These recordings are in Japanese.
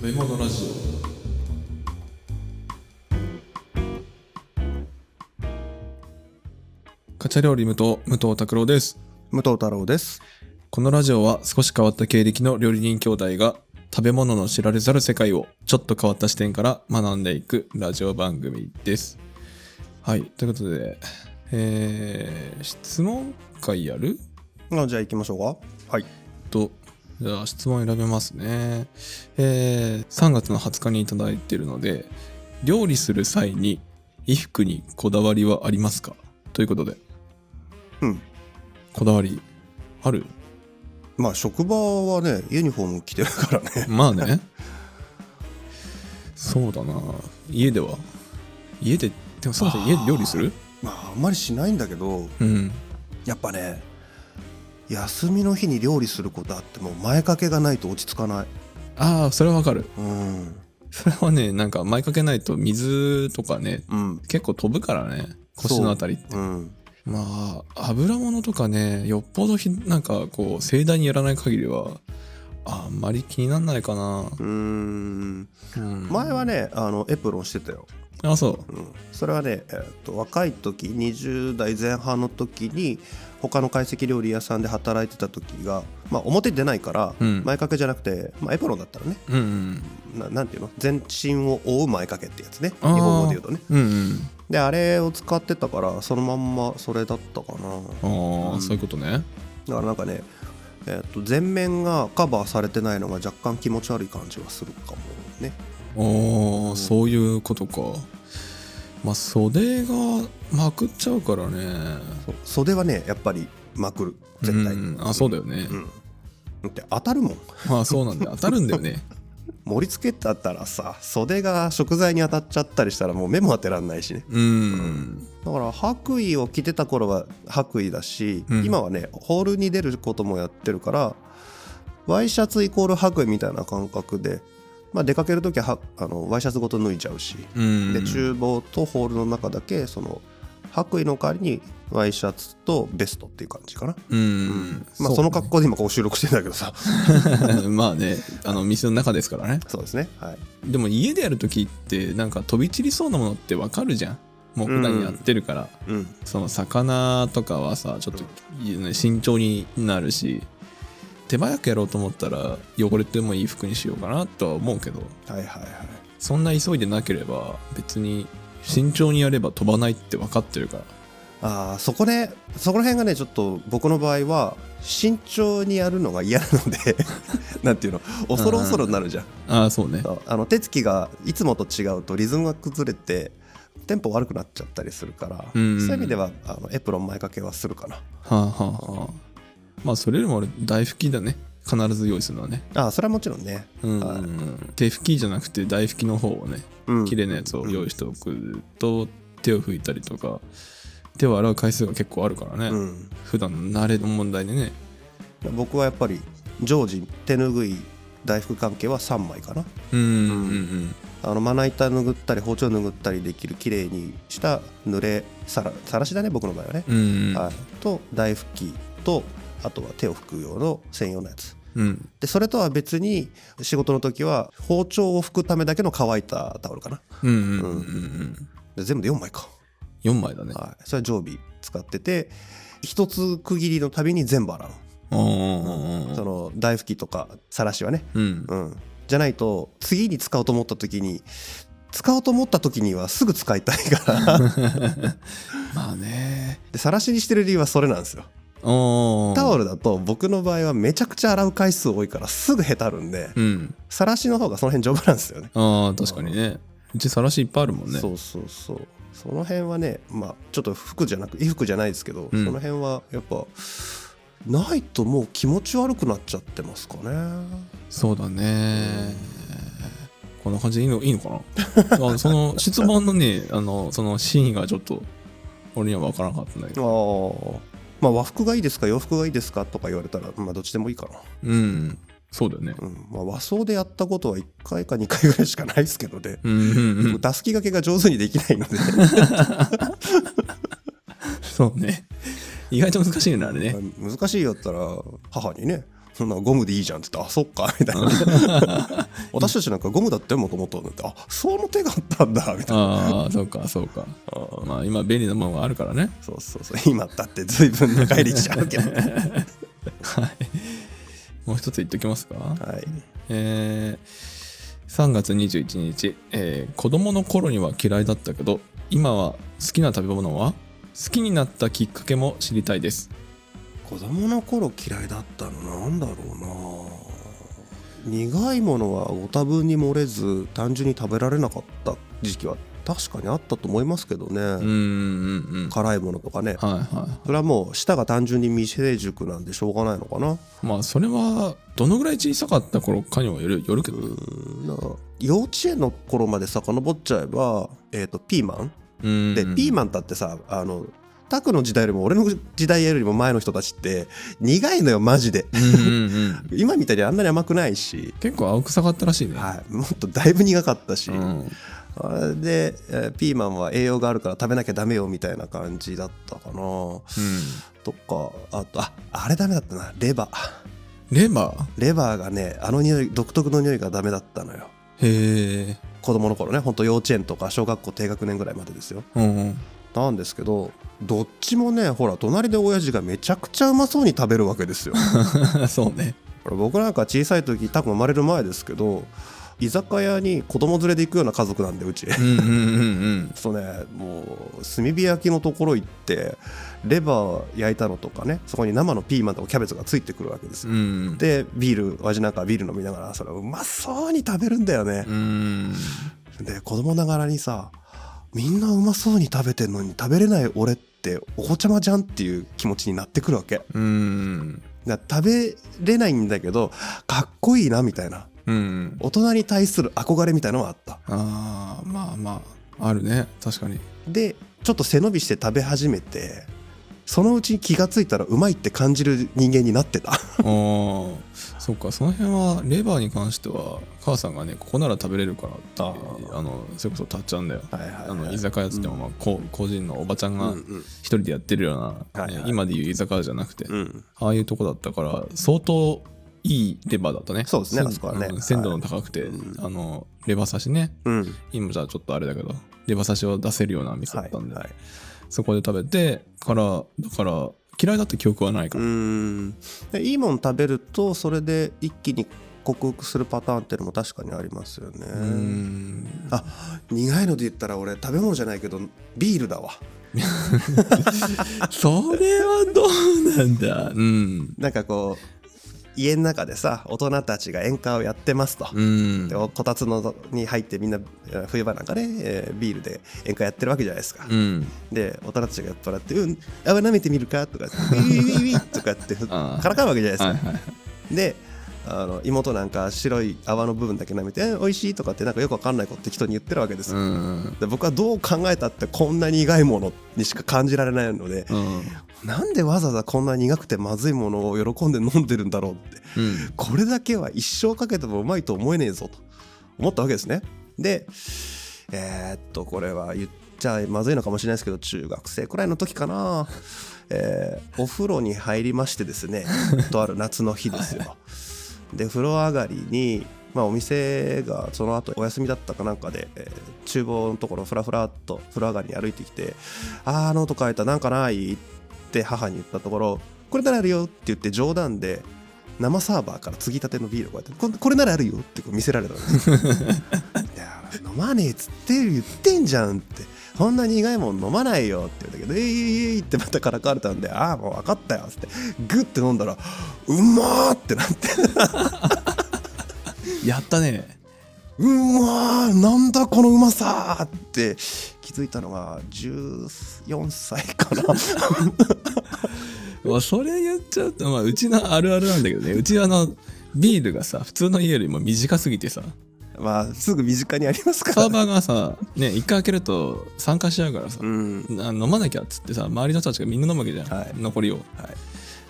べ物ラジオカチャ料理無糖武藤拓郎です武藤太郎です。このラジオは少し変わった経歴の料理人兄弟が食べ物の知られざる世界をちょっと変わった視点から学んでいくラジオ番組です。はい、ということで、えー、質問会やるあじゃあ行きましょうか。はい。と、じゃあ質問選べますね。えー、3月の20日にいただいているので、料理する際に衣服にこだわりはありますかということで、うん。こだわりあるまあ職場はね、ユニフォーム着てるからね。 まあね。そうだな家では家で、でもそうだね、家で料理するまああんまりしないんだけど、うん。やっぱね、休みの日に料理することあっても前掛けがないと落ち着かない。ああ、それはわかる。うん。それはね、なんか前かけないと水とかね、うん。結構飛ぶからね。腰のあたりって。うん。まあ油物とかねよっぽどひなんかこう盛大にやらない限りはあんまり気になんないかな、うーん。うん、前はね、あの、エプロンしてたよ。あそううん。それはね、えーっと、若い時、20代前半の時に、他の懐石料理屋さんで働いてた時が、まあ表出ないから、うん前掛けじゃなくて、まあエプロンだったらね、うんうんななんていうの全身を覆う前掛けってやつね日あー本語で言うとねうんであれを使ってたからそのまんまそれだったかなうんああ、うんそういうことねだからなんかねえっと全面がカバーされてないのが若干気持ち悪い感じはするかもねああそういうことかまあ袖がまくっちゃうからねそう袖はねやっぱりまくる絶対うん、あそうだよね、うんだって当たるもんまあそうなんだよ当たるんだよね 盛り付けたったらさ袖が食材に当たっちゃったりしたらもう目も当てらんないしねうんだから白衣を着てた頃は白衣だし、うん今はねホールに出ることもやってるからワイシャツイコール白衣みたいな感覚で、まあ、出かける時ははあのワイシャツごと脱いじゃうし、うんで厨房とホールの中だけその白衣の代わりにワイシャツとベストっていう感じかな、うん、まあ、その格好で今こう収録してんだけどさ 好 まあねあの店の中ですからねそうですねはいでも家でやるときってなんか飛び散りそうなものってわかるじゃんもう普段やってるから、うんその魚とかはさちょっとね慎重になるし手早くやろうと思ったら汚れてもいい服にしようかなとは思うけどはいはいはいそんな急いでなければ別に慎重にやれば飛ばないって分かってるからあーそこねそこら辺がねちょっと僕の場合は慎重にやるのが嫌なの でなんていうの恐ろ恐ろになるじゃんああそうねそうあの手つきがいつもと違うとリズムが崩れてテンポ悪くなっちゃったりするから、うんうんそういう意味ではあのエプロン前掛けはするかなはあはあはあまあそれよりも俺大拭きだね必ず用意するのはねあーそれはもちろんねうん、はい手拭きじゃなくて大拭きの方をねうん綺麗なやつを用意しておくと手を拭いたりとか手を洗う回数が結構あるからね、うん、普段の慣れの問題でね僕はやっぱり常時手拭い大福関係は3枚かなうんうんうんあのまな板拭ったり包丁拭ったりできる綺麗にした濡れさらさらしだね僕の場合はね、うんうんはい、と大拭きとあとは手を拭く用の専用のやつうんでそれとは別に仕事の時は包丁を拭くためだけの乾いたタオルかなうんうんうんうんで全部で4枚か、 4枚だねはい、それは常備使ってて一つ区切りのたびに全部洗うんう、その大拭きとかさらしはね、うんうん、じゃないと次に使おうと思った時に使おうと思った時にはすぐ使いたいから まあねでさらしにしてる理由はそれなんですよタタオルルだと僕の場合はめちゃくちゃ洗う回数多いからすぐへたるんでうんさらしの方がその辺丈夫なんですよねああ確かにねうちさらしいっぱいあるもんねそうそうそうその辺はねまあちょっと服じゃなく衣服じゃないですけど、うんその辺はやっぱないともう気持ち悪くなっちゃってますかねそうだね。こんな感じでいいのいいのかな あその質問のね、あの、その真意がちょっと、俺には分からなかったんだけあど。あまあ和服がいいですか洋服がいいですかとか言われたらまあどっちでもいいかな、うん。そうだよね。うんまあ、和装でやったことは1回か2回ぐらいしかないですけどね、うんうん うん。たすき掛けが上手にできないのでそうね。意外と難しいな、あれね。難しいやったら母にねそんなゴムでいいじゃんって言ってあそっかみたいな 私たちなんかゴムだってもともとってあその手があったんだみたいなああ、そうか、そうか。あまあ今便利なものがあるからね。そうそうそう今だって随分長い歴史あるけど はいもう一つ言っときますか。えー3月21日、えー子供の頃には嫌いだったけど、今は好きな食べ物は好きになったきっかけも知りたいです。子供の頃嫌いだったのなんだろうな苦いものはご多分に漏れず単純に食べられなかった時期は確かにあったと思いますけどね、うーんうんうん。は辛いものとかねいは。それはもう舌が単純に未成熟なんでしょうがないのかないまあそれは、どのぐらい小さかった頃かにもよるよるけど。ううんだから幼稚園の頃まで遡っちゃえば、えー、とピーマンーんでピーマンだってさあのタクの時代よりも俺の時代よりも前の人たちって苦いのよマジでうんうんうん今みたいにあんなに甘くないし、結構青臭かったらしいね。はい、もっとだいぶ苦かったし、うんあれで、えーピーマンは栄養があるから食べなきゃダメよみたいな感じだったかなとかあとああれダメだったなレバーレバレバーがねあの匂い独特の匂いがダメだったのよーへえ。子供の頃ねほんと幼稚園とか小学校低学年ぐらいまでですようんうん。 なんですけどどっちもねほら隣で親父がめちゃくちゃうまそうに食べるわけですよ そうね。これ僕なんか小さい時多分生まれる前ですけど居酒屋に子供連れで行くような家族なんでうち うんうんうんそうねもう炭火焼きのところ行ってレバー焼いたのとかねそこに生のピーマンとかキャベツがついてくるわけですうよ、ん。うん。でビール味なんかビール飲みながらそれうまそうに食べるんだよねう、ん。で子供ながらにさみんなうまそうに食べてんのに食べれない俺ってお子ちゃまじゃんっていう気持ちになってくるわけうん。だから食べれないんだけどかっこいいなみたいなうん。大人に対する憧れみたいのはあったああ、まあまあ、あるね。確かに。でちょっと背伸びして食べ始めてそのうちに気がついたらうまいって感じる人間になってたああ、そっか、その辺は、レバーに関しては、母さんがね、ここなら食べれるからって、ああの、それこそたっちゃんだよ。はいはいはいあの居酒屋っつっても、まあこう個人のおばちゃんうがんうん一人でやってるような、はいはいね今でいう居酒屋じゃなくて、うんああいうとこだったから相当いいレバーだったねそうですね鮮あそこはねうん鮮度の高くて、うんあのレバ刺しねうん今じゃちょっとあれだけどレバ刺しを出せるような店だはっいたんで、はいそこで食べてからだから嫌いだった記憶はないかうら、んでいいもん食べるとそれで一気に克服するパターンっていうのも確かにありますよねうーんあ苦いので言ったら俺食べ物じゃないけどビールだわそれはどうなんだうんなんかこう家の中でさ大人たちが宴会をやってますと、うんでおこたつのに入ってみんなえー冬場なんかね、えービールで宴会やってるわけじゃないですか、うんで大人たちが酔っ払って「うんあ舐めてみるか?」とか「ウィウィウィウィ」とかってふあーからかうわけじゃないですか、はいはいであの妹なんか白い泡の部分だけ舐めて「うん美味しい」とかってなんかよくわかんないこと適当に言ってるわけですうよ、んで僕はどう考えたってこんな苦いものにしか感じられないので、うんなんでわざわざこんな苦くてまずいものを喜んで飲んでるんだろうってうんこれだけは一生かけてもうまいと思えねえぞと思ったわけですねでえーっとこれは言っちゃまずいのかもしれないですけど中学生くらいの時かな、えーお風呂に入りましてですねとある夏の日ですよで風呂上がりにまあ、お店がその後お休みだったかなんかで、えー厨房のところふらふらっと風呂上がりに歩いてきて「あーノート書いたなんかない?」って母に言ったところ「これならあるよ」って言って冗談で生サーバーから継ぎたてのビールをこうやってここれならあるよってこう見せられたん ですよいや飲まねえっつって言ってんじゃんってこんなに苦いもん飲まないよって言うんだけど「えいえいえい」ってまたからかわれたんで「ああもう分かったよ」っつってグッて飲んだら「うまー!」ってなってやったね「うまーなんだこのうまさ!」って気づいたのが14歳かな まあそれ言っちゃうと、まあ、うちのあるあるなんだけどねうちはあのビールがさ普通の家よりも短すぎてさまあすぐ身近にありますからサーバーがさね一回開けると酸化しちゃうからさ、うんな飲まなきゃっつってさ周りの人たちがみんな飲むわけじゃん、はい残りを、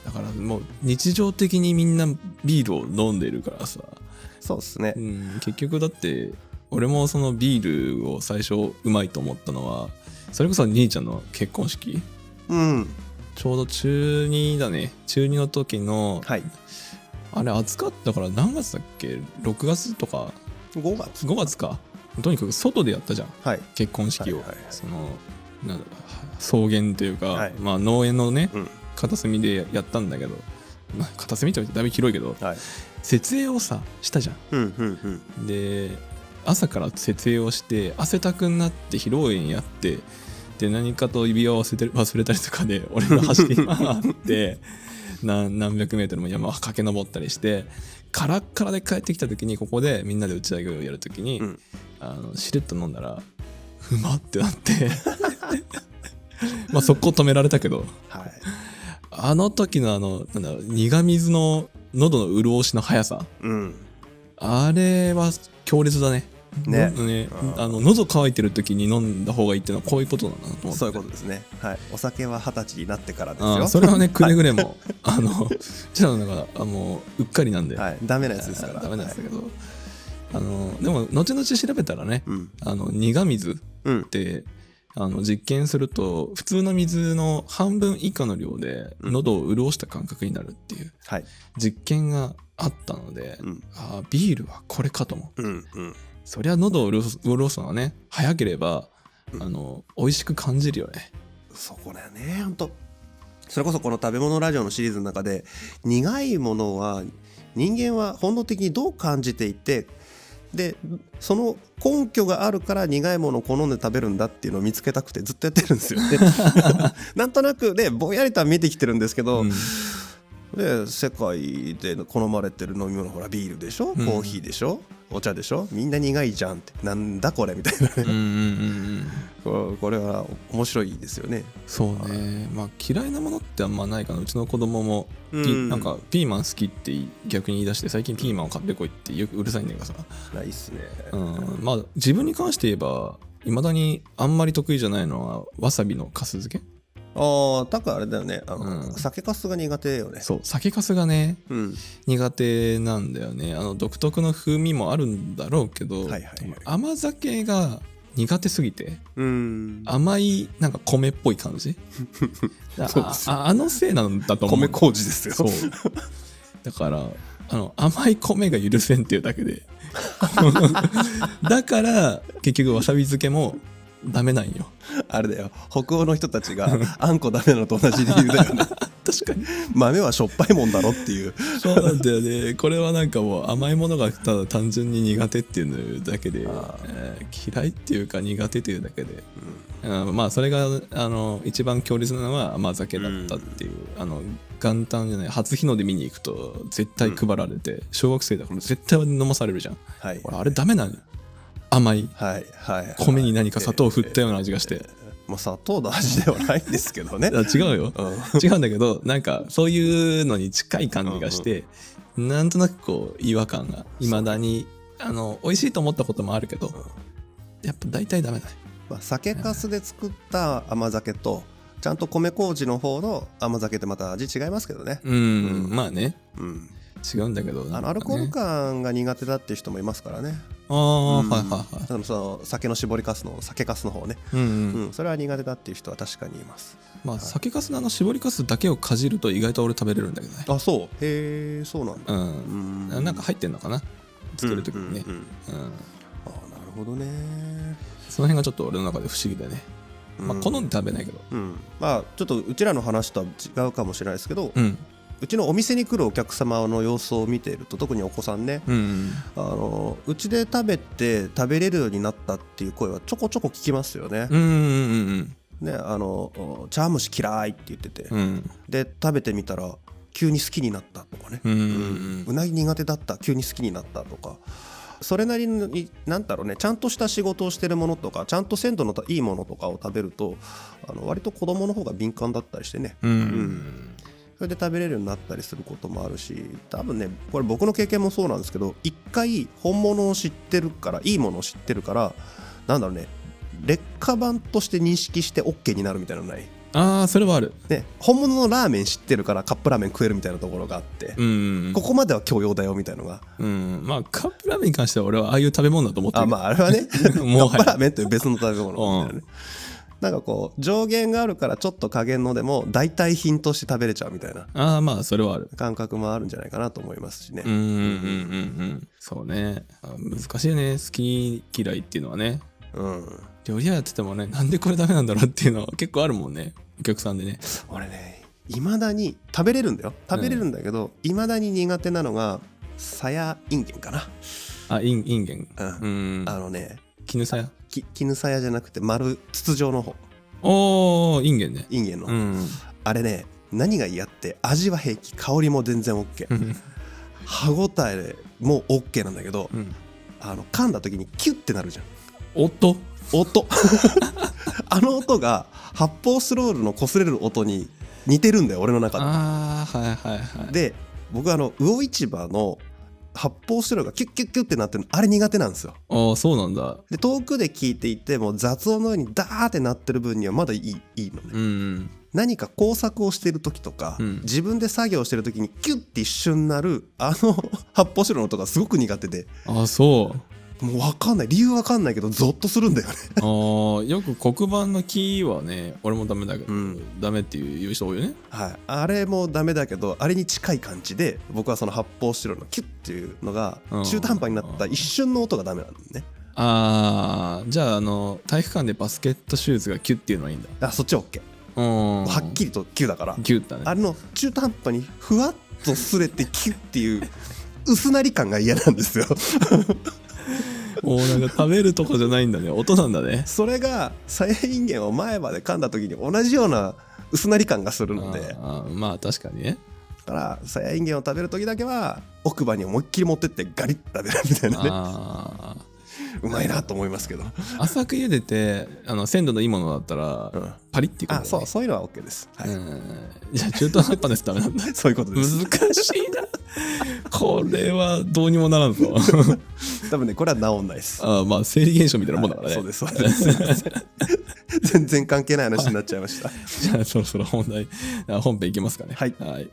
だからもう日常的にみんなビールを飲んでるからさ、そうですねうん、結局だって俺もそのビールを最初うまいと思ったのはそれこそ兄ちゃんの結婚式うんちょうど中2だね中2の時のはいあれ暑かったから何月だっけ ?6 月とか5月5月か。とにかく外でやったじゃん。はい結婚式を。はいはいはいその、なんだろう草原というか、はいまあ農園のね、うん片隅でやったんだけど、まあ、片隅って言うとだいぶ広いけど、はい設営をさ、したじゃん。うんうんうんで朝から設営をして汗たくになって披露宴やってで何かと指輪を忘れてる忘れたりと かで俺が走り回ってな何百メートルも山を駆け上ったりしてカラッカラで帰ってきた時にここでみんなで打ち上げをやる時に、うんあのしれっと飲んだらうまってなって まあ速攻止められたけどはいあの時のあのなんだろう苦水の喉の潤しの速さうんあれは強烈だね。ねのねうんあの喉乾いてる時に飲んだ方がいいっていうのはこういうことなんだなと思って。そういうことですねはいお酒は二十歳になってからですあよーそれはね、くれぐれも、 あの、ちょっとなんか、あもう、うっかりなんで、はいダメなやつですからあーダメなんですはいけど、あの、でも、後々調べたらね、うんあの、苦水っうんて、あの、実験すると、普通の水の半分以下の量で、うん喉を潤した感覚になるっていうはい実験があったので、うんあービールはこれかと思ってうんうんそりゃ喉を潤す潤すのはね早ければ、うんあの美味しく感じるよねそこだよね本当それこそこの食べ物ラジオのシリーズの中で苦いものは人間は本能的にどう感じていてでその根拠があるから苦いものを好んで食べるんだっていうのを見つけたくてずっとやってるんですよ ね。なんとなくねぼんやりとは見てきてるんですけど、うんで世界で好まれてる飲み物ほらビールでしょコんーヒーでしょ、お茶でしょみんな苦いじゃんってなんだこれみたいな うんうね、ん うんここれは面白いですよね。そうねまあ嫌いなものってあんまないかなうちの子供も、ピうんなんかピーマン好きって逆に言い出して最近ピーマンを買ってこいってよくうるさいんだけどさ、ないっすね。うん、まあ自分に関して言えばいまだにあんまり得意じゃないのはわさびのかす漬けああ、たくあれだよね。あの、うん酒かすが苦手よね。そう酒かすがねうん。苦手なんだよねあの独特の風味もあるんだろうけど、はいはいはい甘酒が苦手すぎてうん。甘いなんか米っぽい感 じだそうですあああのせいなんだと思う米麹ですよ。そうだからあの甘い米が許せんっていうだけ でだから結局わさび漬けもダメなんよ あれだよ。北欧の人たちが、 あんこダメなのと同じ理由だよね。 確かに豆はしょっぱいもんだろっていう。 そうなんだよねこれはなんかもう甘いものがただ単純に苦手っていうのだけで、あえー嫌いっていうか苦手というだけで、うんまあそれがあの一番強烈なのは甘酒だったっていう、あの元旦じゃない初日の出見に行くと絶対配られて、小学生だから絶対飲まされるじゃんはい。俺あれダメなのよ甘いはい。はい。米に何か砂糖を振ったような味がして、まあ、砂糖の味ではないんですけどね。あ違うようん。 違うんだけどなんかそういうのに近い感じがして、なんとなくこう違和感がいまだにあの美味しいと思ったこともあるけど、やっぱ大体ダメだねまあ、酒かすで作った甘酒と、ちゃんと米麹の方の甘酒ってまた味違いますけどね。うん、まあねうん。違うんだけどなんかね、あの、アルコール感が苦手だっていう人もいますからね。ああ、うんはいはいはいあのその酒の搾りかすの酒かすの方ね、うん、ううんん、それは苦手だっていう人は確かにいますまあ酒粕のあの絞りかすだけをかじると意外と俺食べれるんだけどねあそうへえそうなんだうん、んなんか入ってんのかな作る時にね、うんううんうんんあなるほどねその辺がちょっと俺の中で不思議だね、まあ好んで食べないけどうんまあちょっとうちらの話とは違うかもしれないですけど、ううんちのお店に来るお客様の様子を見ていると特にお子さんねうんうんあのうちで食べて食べれるようになったっていう声はちょこちょこ聞きますよねう、んうんうんねあのお茶碗蒸し嫌いって言ってて、うんうんで食べてみたら急に好きになったとかね、うんうんうなぎ苦手だった急に好きになったとかそれなりに何だろうねちゃんとした仕事をしてるものとかちゃんと鮮度のいいものとかを食べるとあの割と子供の方が敏感だったりしてねうんうんそれで食べれるようになったりすることもあるし多分ねこれ僕の経験もそうなんですけど一回本物を知ってるからいいものを知ってるからなんだろうね劣化版として認識して OK になるみたいなのない、ああそれはあるね、本物のラーメン知ってるからカップラーメン食えるみたいなところがあって、うんうんここまでは許容だよみたいなのがうんまあカップラーメンに関しては俺はああいう食べ物だと思ってるあまああれはねもはやカップラーメンという別の食べ物みたいなねなんかこう上限があるからちょっと加減のでも代替品として食べれちゃうみたいなああ、まあ、それはある。感覚もあるんじゃないかなと思いますしね、うんうんうんうんうん。そうね。あ難しいよね。好き嫌いっていうのはね。うん、料理屋やっててもね、なんでこれダメなんだろうっていうのは 結構あるもんね。お客さんでね。俺ねいまだに食べれるんだよ食べれるんだけどいま、未だに苦手なのがさやいんげんかな、あ、インインゲン。うんうん。あのね絹さや。き絹さやじゃなくて丸筒状の方おー、インゲンね。いんげんの、うん。あれね何が嫌って味は平気香りも全然 OK、歯ごたえも OK なんだけどうん。あの噛んだ時にキュッてなるじゃんおっと 音あの音が発泡スチロールの擦れる音に似てるんだよ俺の中でああ、はいはいはい。で僕あの魚市場の発泡スチロールがキュッキュッキュッってなってるのあれ苦手なんですよああ、そうなんだ。で遠くで聞いていてもう雑音のようにダーってなってる分にはまだいいいいのね、うん。何か工作をしてる時とか、うん自分で作業してる時にキュッて一瞬なるあの 発泡スチロールの音がすごく苦手でああ、そう。もう分かんない理由分かんないけどゾッとするんだよねああ、よく黒板の木はね、俺もダメだけど、うんダメっていう言う人多いよね。はいあれもダメだけどあれに近い感じで僕はその発泡スチロールのキュッっていうのがうん中途半端になった一瞬の音がダメなのねああ、じゃあ、あの、体育館でバスケットシューズがキュッっていうのはいいんだ。あそっちは OK うん。はっきりとキュだからキュッだね。あれの中途半端にふわっと擦れてキュッっていう薄なり感が嫌なん ですよもうなんか食べるとかじゃないんだ ね。音なんだね。それがさやいんげんを前歯で噛んだ時に同じような薄なり感がするのでだあーまあ確かにね。からさやいんげんを食べる時だけは奥歯に思いっきり持ってってガリッと食べるみたいなねああ。うまいなと思いますけど、浅く茹でて、あの、鮮度のいいものだったら、うんパリっていくんだよあねそうそういうのは OK です、はいう ん。じゃあ中途半端ですダメなんだ。そういうことです 難しいな。 これはどうにもならんぞ。多分ねこれは治んないですああまあ生理現象みたいなもんだからね。そうですそうですすい ません全然関係ない話になっちゃいましたじゃあ そろそろ本題、あ本編いきますかね。はいはい。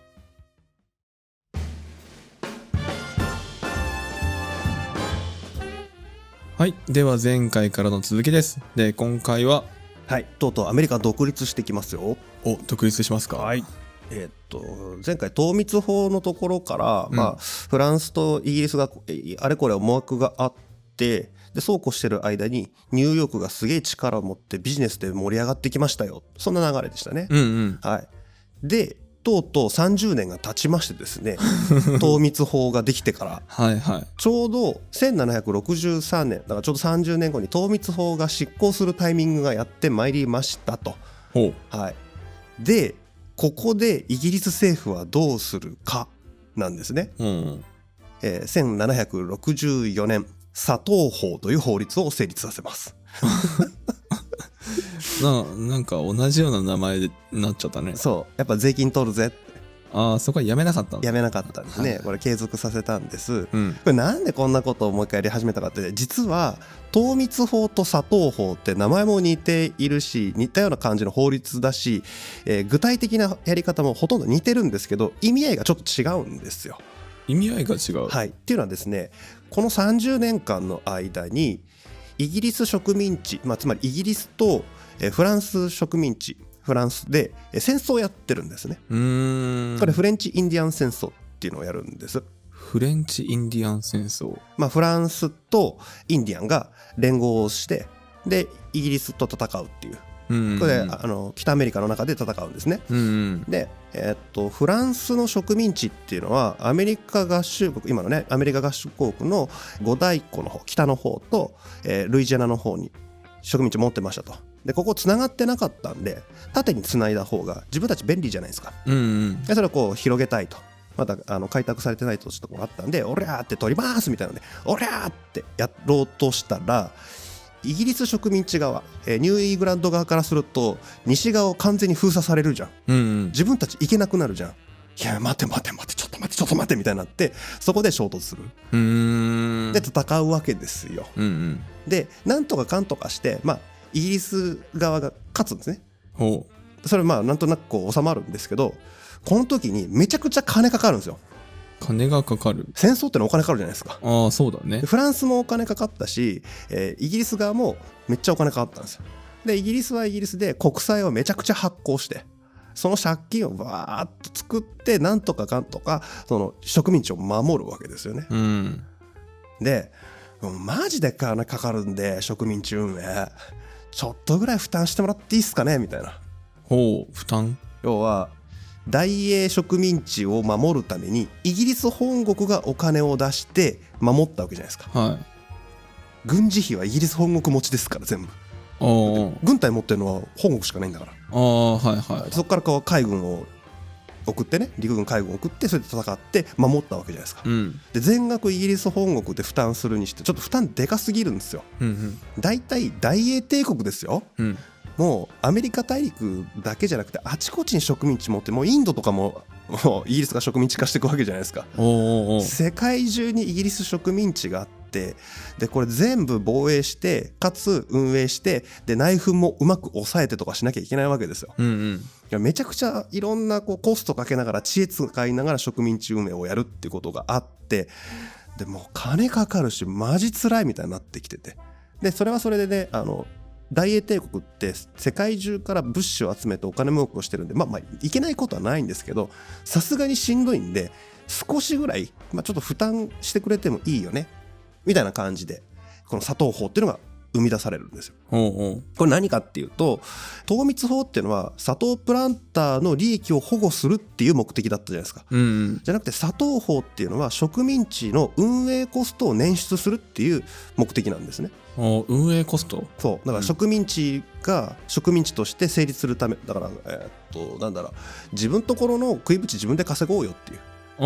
はいでは前回からの続きです。で、今回は、はいとうとうアメリカ独立してきますよお、独立しますか。はい。えーっと前回糖密法のところから、うんまあ、フランスとイギリスがえーあれこれ思惑があってでそうこうしてる間にニューヨークがすげえ力を持ってビジネスで盛り上がってきましたよそんな流れでしたね。うんうん。はい、でとうとう30年が経ちましてです ね糖密法ができてからはいはい。ちょうど1763年だからちょうど30年後に糖密法が執行するタイミングがやってまいりましたと。ほう。はい、でここでイギリス政府はどうするかなんですね、うん。えー1764年砂糖法という法律を成立させますな、なんか同じような名前になっちゃったね。そうやっぱ税金取るぜああ、そこはやめなかったのやめなかったんですはねいこれ継続させたんですこうん。れなんでこんなことをもう一回やり始めたかって実は糖密法と砂糖法って名前も似ているし似たような感じの法律だし、えー具体的なやり方もほとんど似てるんですけど意味合いがちょっと違うんですよ意味合いが違う。はい、っていうのはですねこの30年間の間にイギリス植民地、まあ、つまりイギリスとえーフランス植民地フランスでえー戦争をやってるんですね。うーん。これフレンチ・インディアン戦争っていうのをやるんです。フレンチ・インディアン戦争。まあ、フランスとインディアンが連合をしてでイギリスと戦うっていううん。これ、うんあの北アメリカの中で戦うんですね。うん。で、えーっとフランスの植民地っていうのはアメリカ合衆国今のねアメリカ合衆国の五大湖の方北の方と、えールイジアナの方に植民地持ってましたと。でここつながってなかったんで縦につないだ方が自分たち便利じゃないですか。うんうん。でそれをこう広げたいと。まだあの開拓されてない土地とかもあったんで「おりゃー!」って取りますみたいなので「おりゃー!」ってやろうとしたらイギリス植民地側、えーニューイングランド側からすると西側を完全に封鎖されるじゃん。うんうん。自分たち行けなくなるじゃん。いや、待て待て待て、ちょっと待て、ちょっと待て、みたいになって、そこで衝突する。うーん。で、戦うわけですよ。うんうん。で、なんとかかんとかして、まあ、イギリス側が勝つんですね。ほう。それ、まあ、なんとなくこう収まるんですけど、この時にめちゃくちゃ金かかるんですよ。金がかかる。戦争ってのはお金かかるじゃないですか。ああ、そうだねで。フランスもお金かかったし、えーイギリス側もめっちゃお金かかったんですよ。でイギリスはイギリスで国債をめちゃくちゃ発行してその借金をバーッと作ってなんとかかんとかその植民地を守るわけですよね。うん。でもうマジで金かかるんで植民地運営ちょっとぐらい負担してもらっていいっすかねみたいなほう、負担要は大英植民地を守るためにイギリス本国がお金を出して守ったわけじゃないですかはい。軍事費はイギリス本国持ちですから全部おー軍隊持ってるのは本国しかないんだからああ、はいはい。そこからこう海軍を送ってね陸軍海軍を送ってそれで戦って守ったわけじゃないですかうん。で全額イギリス本国で負担するにしてちょっと負担でかすぎるんですようん大体大英帝国ですようん。うん。もうアメリカ大陸だけじゃなくてあちこちに植民地持ってもうインドとかも もうイギリスが植民地化していくわけじゃないですかおーおーおー世界中にイギリス植民地があってでこれ全部防衛してかつ運営してで内紛もうまく抑えてとかしなきゃいけないわけですようんうん。いやめちゃくちゃいろんなこうコストかけながら知恵使いながら植民地運営をやるっていうことがあってでもう金かかるしマジ辛いみたいになってきててでそれはそれでねあの大英帝国って世界中から物資を集めてお金儲けをしてるんでまあまあいけないことはないんですけどさすがにしんどいんで少しぐらい、まあ、ちょっと負担してくれてもいいよねみたいな感じでこの砂糖法っていうのが生み出されるんですよ。おうおうこれ何かっていうと糖蜜法っていうのは砂糖プランターの利益を保護するっていう目的だったじゃないですかうんうん。じゃなくて砂糖法っていうのは植民地の運営コストを捻出するっていう目的なんですねおー運営コストそうだから植民地が植民地として成立するためだからえーっとなんだろう自分ところの食い口自分で稼ごうよっていうおー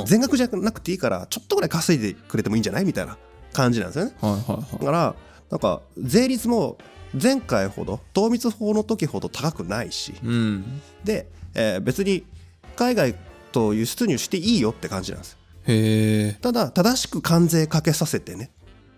おー全額じゃなくていいからちょっとぐらい稼いでくれてもいいんじゃないみたいな感じなんですよねはいはいはだからなんか税率も前回ほど糖密法の時ほど高くないしい。うん。で、えー別に海外と輸出入していいよって感じなんですへえ。ただ正しく関税かけさせてね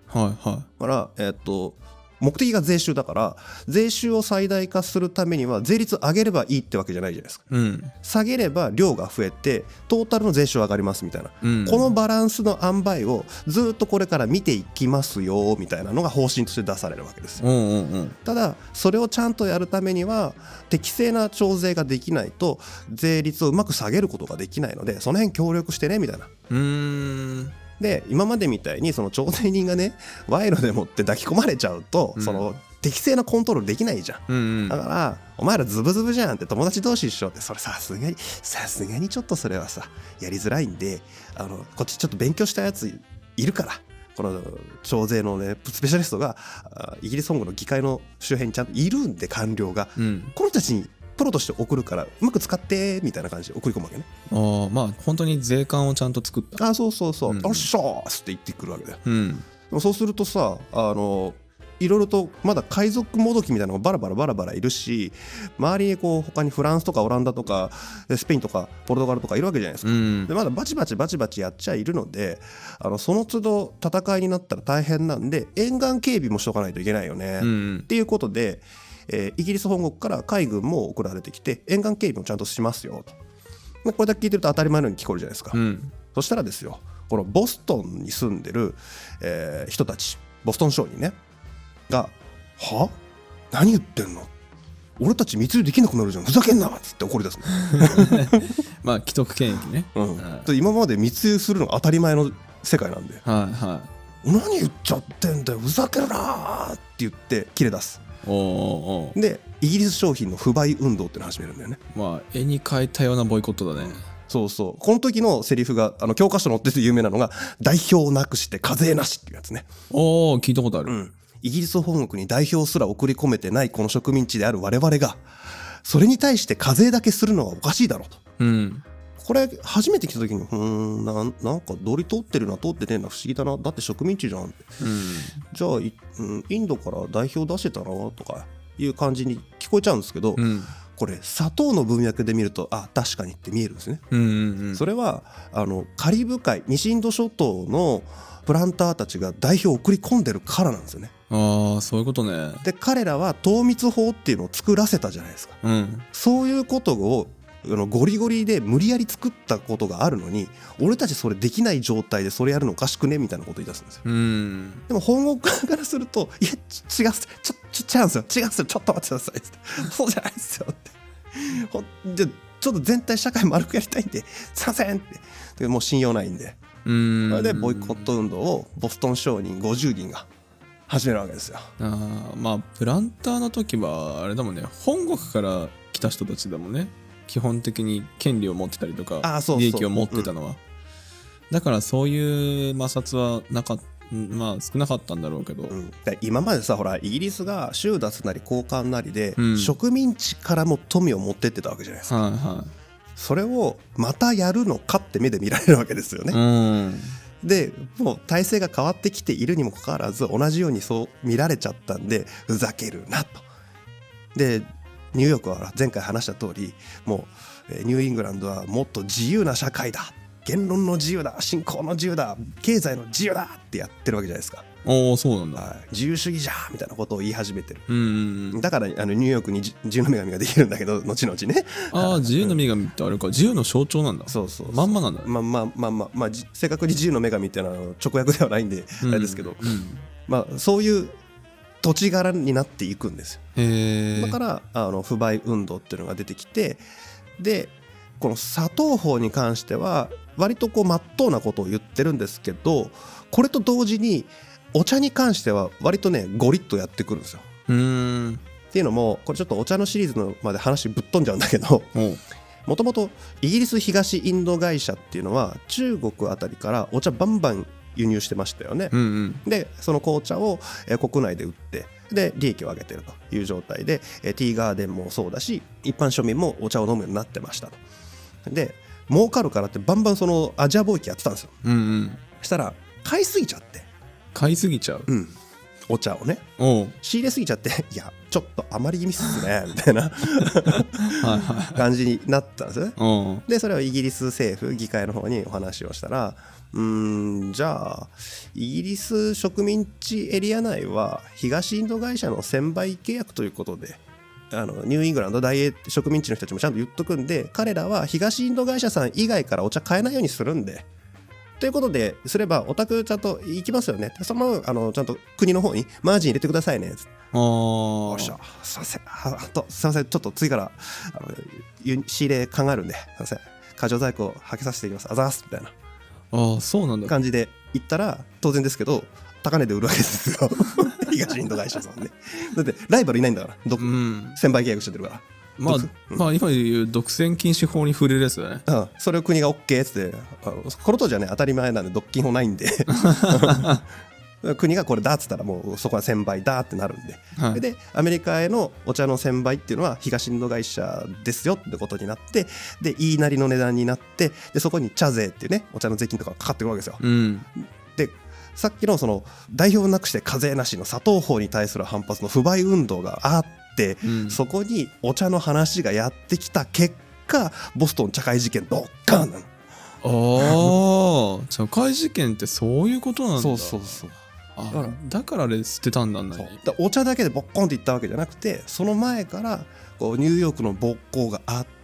はいはだからえーっと目的が税収だから税収を最大化するためには税率上げればいいってわけじゃないじゃないですかい。うん。下げれば量が増えてトータルの税収上がりますみたいな、うん。このバランスの塩梅をずっとこれから見ていきますよみたいなのが方針として出されるわけですようんうんうん。ただそれをちゃんとやるためには適正な調整ができないと税率をうまく下げることができないのでその辺協力してねみたいな。うーん。で今までみたいにその調整人がね賄賂でもって抱き込まれちゃうと、うんその適正なコントロールできないじゃん。うんうんだ。から「お前らズブズブじゃん」って友達同士一緒ってそれさすがにさすがにちょっとそれはさやりづらいんであのこっちちょっと勉強したやついるからこの徴税のねスペシャリストがあイギリス本国の議会の周辺にちゃんといるんで官僚がうん。この人たちにプロとして送るからうまく使ってみたいな感じで送り込むわけねああ、まあ本当に税関をちゃんと作った。あそうそうそう、うんよっしゃーっつって言ってくるわけだようん。でもそうするとさあのいろいろとまだ海賊もどきみたいなのがバラバラバラバラいるし周りにこう他にフランスとかオランダとかスペインとかポルトガルとかいるわけじゃないですか。うんで。まだバチバチバチバチやっちゃいるのであのその都度戦いになったら大変なんで沿岸警備もしとかないといけないよね。うんうっん。ていうことで、えーイギリス本国から海軍も送られてきて沿岸警備もちゃんとしますよと。でこれだけ聞いてると当たり前のように聞こえるじゃないですか。うん。そしたらですよ、このボストンに住んでる、えー人たち、ボストン商人ね、が、は何言ってんの俺たち密輸できなくなるじゃん、ふざけんなっつって怒り出すの。まあ既得権益ね。うんで今まで密輸するのが当たり前の世界なんで、はいは何言っちゃってんだよ、ふざけるなーって言って、切れ出す。い。おーおーおーで、イギリス商品の不買運動っていうのを始めるんだよね。まあ絵に描いたようなボイコットだね。そうそう。この時のセリフが、あの、教科書に載ってて有名なのが、代表なくして課税なしっていうやつね。おお聞いたことあうる。ん、イギリス本国に代表すら送り込めてないこの植民地である我々がそれに対して課税だけするのはおかしいだろうと。うん。これ初めて来た時にうーんなんなんか道理通ってるな通ってねえな不思議だなだって植民地じゃんうん。じゃあ、いうん、インドから代表出してたなとかいう感じに聞こえちゃうんですけど、うん。これ砂糖の文脈で見るとあ確かにって見えるんですね。うんうんうん。それはあのカリブ海西インド諸島のプランターたちが代表を送り込んでるからなんですよね。ああ、そういうことね。で彼らは糖密法っていうのを作らせたじゃないですかうん。そういうことをあのゴリゴリで無理やり作ったことがあるのに俺たちそれできない状態でそれやるのおかしくねみたいなこと言い出すんですようん。でも本国側からすると「いやち違うっすちょちょ違うんすよ違うんすよちょっと待ってください」って「そうじゃないっすよ」ってほんじゃちょっと全体社会丸くやりたいんですいませんってでもう信用ないんでうん。それでボイコット運動をボストン商人50人が始めるわけですよあーまあプランターの時はあれだもんね本国から来た人たちだもんね基本的に権利を持ってたりとかあーそうそう利益を持ってたのは、だからそういう摩擦はなかっまあ少なかったんだろうけど、うん、で今までさほらイギリスが収奪なり交換なりで、うん植民地からも富を持ってってたわけじゃないですかはいはそれをまたやるのかって目で見られるわけですよい、ね、うんでもう体制が変わってきているにもかかわらず同じようにそう見られちゃったんでふざけるなとでニューヨークはほら前回話した通りもうえーニューイングランドはもっと自由な社会だ言論の自由だ信仰の自由だ経済の自由だってやってるわけじゃないですか、おおそうなんだはい、自由主義じゃーみたいなことを言い始めてるうんうんうんだからあのニューヨークにじ自由の女神ができるんだけど 後々ねああ自由の女神ってあれか自由の象徴なんだそうそうまんまなんだねまあまあまあまあ、まあ、じ正確に自由の女神っていうのはあの直訳ではないんであれですけど、うんうんまあそういう土地柄になっていくんですよへえだからあの不買運動っていうのが出てきてでこの砂糖法に関しては割とこう真っ当なことを言ってるんですけどこれと同時にお茶に関しては割とねゴリッとやってくるんですようーんっていうのもこれちょっとお茶のシリーズのまで話ぶっ飛んじゃうんだけど おうもともとイギリス東インド会社っていうのは中国あたりからお茶バンバン輸入してましたよねう。んうんでその紅茶をえー国内で売ってで利益を上げてるという状態でえーティーガーデンもそうだし一般庶民もお茶を飲むようになってましたと。で儲かるからってバンバンそのアジア貿易やってたんですよ。うんうんしたら買いすぎちゃって、買いすぎちゃううん、お茶をねおう仕入れすぎちゃっていやちょっと余り気味っすねみたいなはいはい感じになったんですよね。おうでそれをイギリス政府議会の方にお話をしたらうーんじゃあイギリス植民地エリア内は東インド会社の1000倍契約ということであのニューイングランド大英植民地の人たちもちゃんと言っとくんで彼らは東インド会社さん以外からお茶買えないようにするんで。ということで、すれば、お宅ちゃんと行きますよね。その分、あの、ちゃんと国の方にマージン入れてくださいね。あよあいしょすいませんああとすいませんちょっと次からあのゆ仕入れ考えるんですいません過剰在庫をはけさせていきますあざーすみたいなああそうなんだ感じで言ったら当然ですけど高値で売るわけですよ 東インド会社さんねだってライバルいないんだからどうん先輩契約してるかまあ、毒まあ今でいう独占禁止法に触れるやつだねら、うん、それを国が OK っつってあのこの当時はね当たり前なんで独禁法ないんで 国がこれだっつったらもうそこは1000倍だってなるんではいでアメリカへのお茶の1000倍っていうのは東インド会社ですよってことになってで言いなりの値段になってでそこに茶税っていうねお茶の税金とかがかかってくるわけですよ。うんでさっきのその代表なくして課税なしの砂糖法に対する反発の不買運動があって、うんそこにお茶の話がやってきた結果ボストン茶会事件ドッカーンなの。ああ 社会事件ってそういうことなんだうそうあだからだからあれ捨てたんだなそうだお茶だけでボッコンっていったわけじゃなくてその前からこうニューヨークの勃興があって。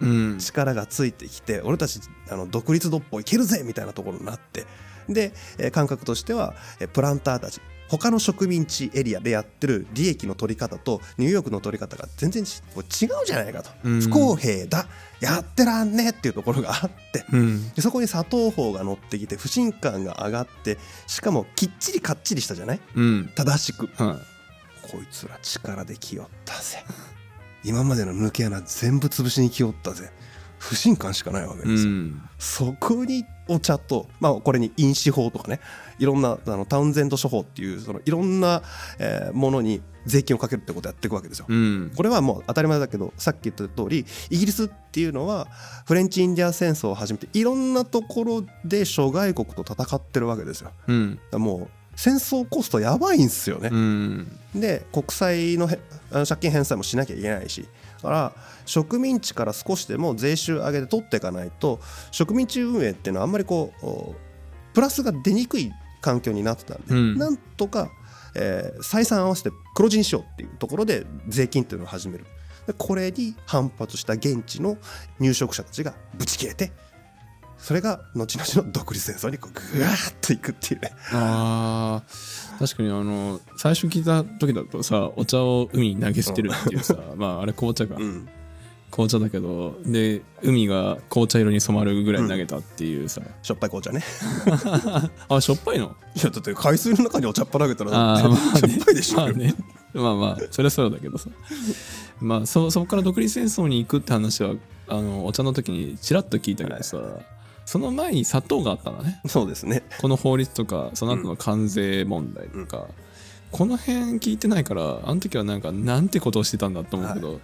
うん力がついてきて俺たちあの独立どっぽいけるぜみたいなところになってで、えー感覚としては、えープランターたち他の植民地エリアでやってる利益の取り方とニューヨークの取り方が全然ちこう違うじゃないかと、うん不公平だやってらんねえっていうところがあってうんでそこに砂糖法が乗ってきて不信感が上がってしかもきっちりかっちりしたじゃないうん正しくはこいつら力で来よったぜ。 今までの抜け穴全部潰しに来よったぜ。不信感しかないわけいでうすよ。んそこにお茶と、まあ、これに飲酒法とかね、いろんなあのタウンゼント処方っていう、そのいろんな、えーものに税金をかけるってことをやっていくわけですよ。うんこれはもう当たり前だけどさっき言った通りイギリスっていうのはフレンチ・インディア戦争を始めていろんなところで諸外国と戦ってるわけですよ。だかうんらもう戦争コストやばいんですよね。うんで国債のへあの借金返済もしなきゃいけないしだから植民地から少しでも税収上げて取っていかないと植民地運営っていうのはあんまりこうおプラスが出にくい環境になってたんうで、んなんとか、えー採算合わせて黒字にしようっていうところで税金っていうのを始めるでこれに反発した現地の入植者たちがぶち切れてそれが後々の独立戦争にこうグワーッといくっていうねあー確かにあの最初聞いた時だとさお茶を海に投げ捨てるって いうさまああれ紅茶か、うん紅茶だけどで海が紅茶色に染まるぐらい投げたっていうさ、しょっぱい紅茶ねあしょっぱいのいやだって海水の中にお茶っぱ投げたらあーまあしょねっぱいでしょ、まあねまあまあそれはそうだけどさまあそそこから独立戦争に行くって話はあのお茶の時にちらっと聞いたけどさ、その前に砂糖があったんだねそうですねこの法律とかその後の関税問題とか、この辺聞いてないからあの時はなんかなんてことをしてたんだと思うけど、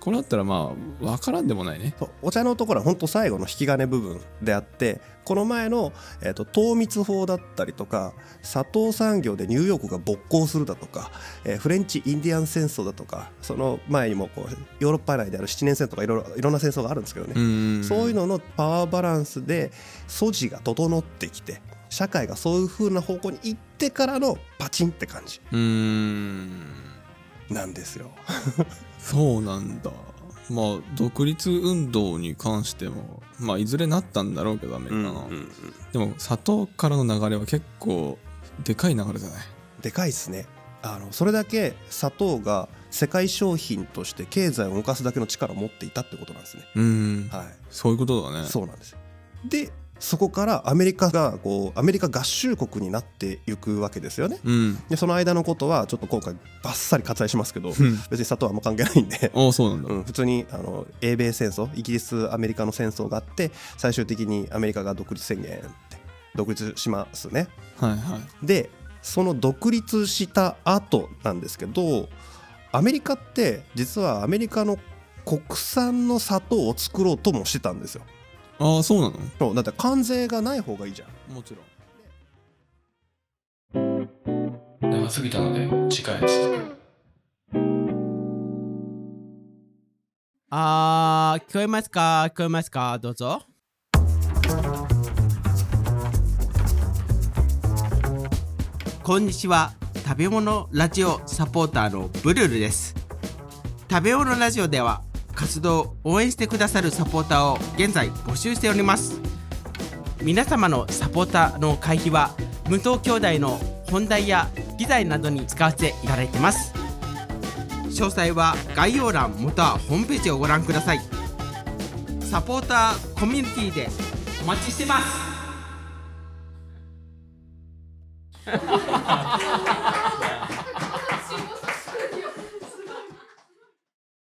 これだったらまあ分からんでもないねそうお茶のところは本当最後の引き金部分であってこの前の、えー、と糖密法だったりとか砂糖産業でニューヨークが勃興するだとか、えーフレンチ・インディアン戦争だとかその前にもこうヨーロッパ内である七年戦とかいろいろいろんな戦争があるんですけどね、んそういうののパワーバランスで素地が整ってきて社会がそういう風な方向に行ってからのパチンって感じうーんなんですよ。そうなんだまあ独立運動に関してもまあいずれなったんだろうけどアメリカの、でも砂糖からの流れは結構でかい流れじゃないでかいですねあのそれだけ砂糖が世界商品として経済を動かすだけの力を持っていたってことなんですねうーんはそういうことだねいそうなんですでそこからアメリカがこうアメリカ合衆国になっていくわけですよねうんでその間のことはちょっと今回バッサリ割愛しますけどうん別に砂糖はあんま関係ないんで ああそうなんだ、うん、普通にあの英米戦争イギリスアメリカの戦争があって最終的にアメリカが独立宣言って独立しますねはいはいでその独立した後なんですけどアメリカって実はアメリカの国産の砂糖を作ろうともしてたんですよああそうなのそうだって関税がない方がいいじゃんもちろん長すぎたので次回続くあー、聞こえますか聞こえますかどうぞ。こんにちは。食べ物ラジオサポーターのブルルです。食べ物ラジオでは活動を応援してくださるサポーターを現在募集しております。皆様のサポーターの会費は無糖兄弟の本題や機材などに使わせていただいてます。詳細は概要欄またはホームページをご覧くださいサポーターコミュニティでお待ちしてます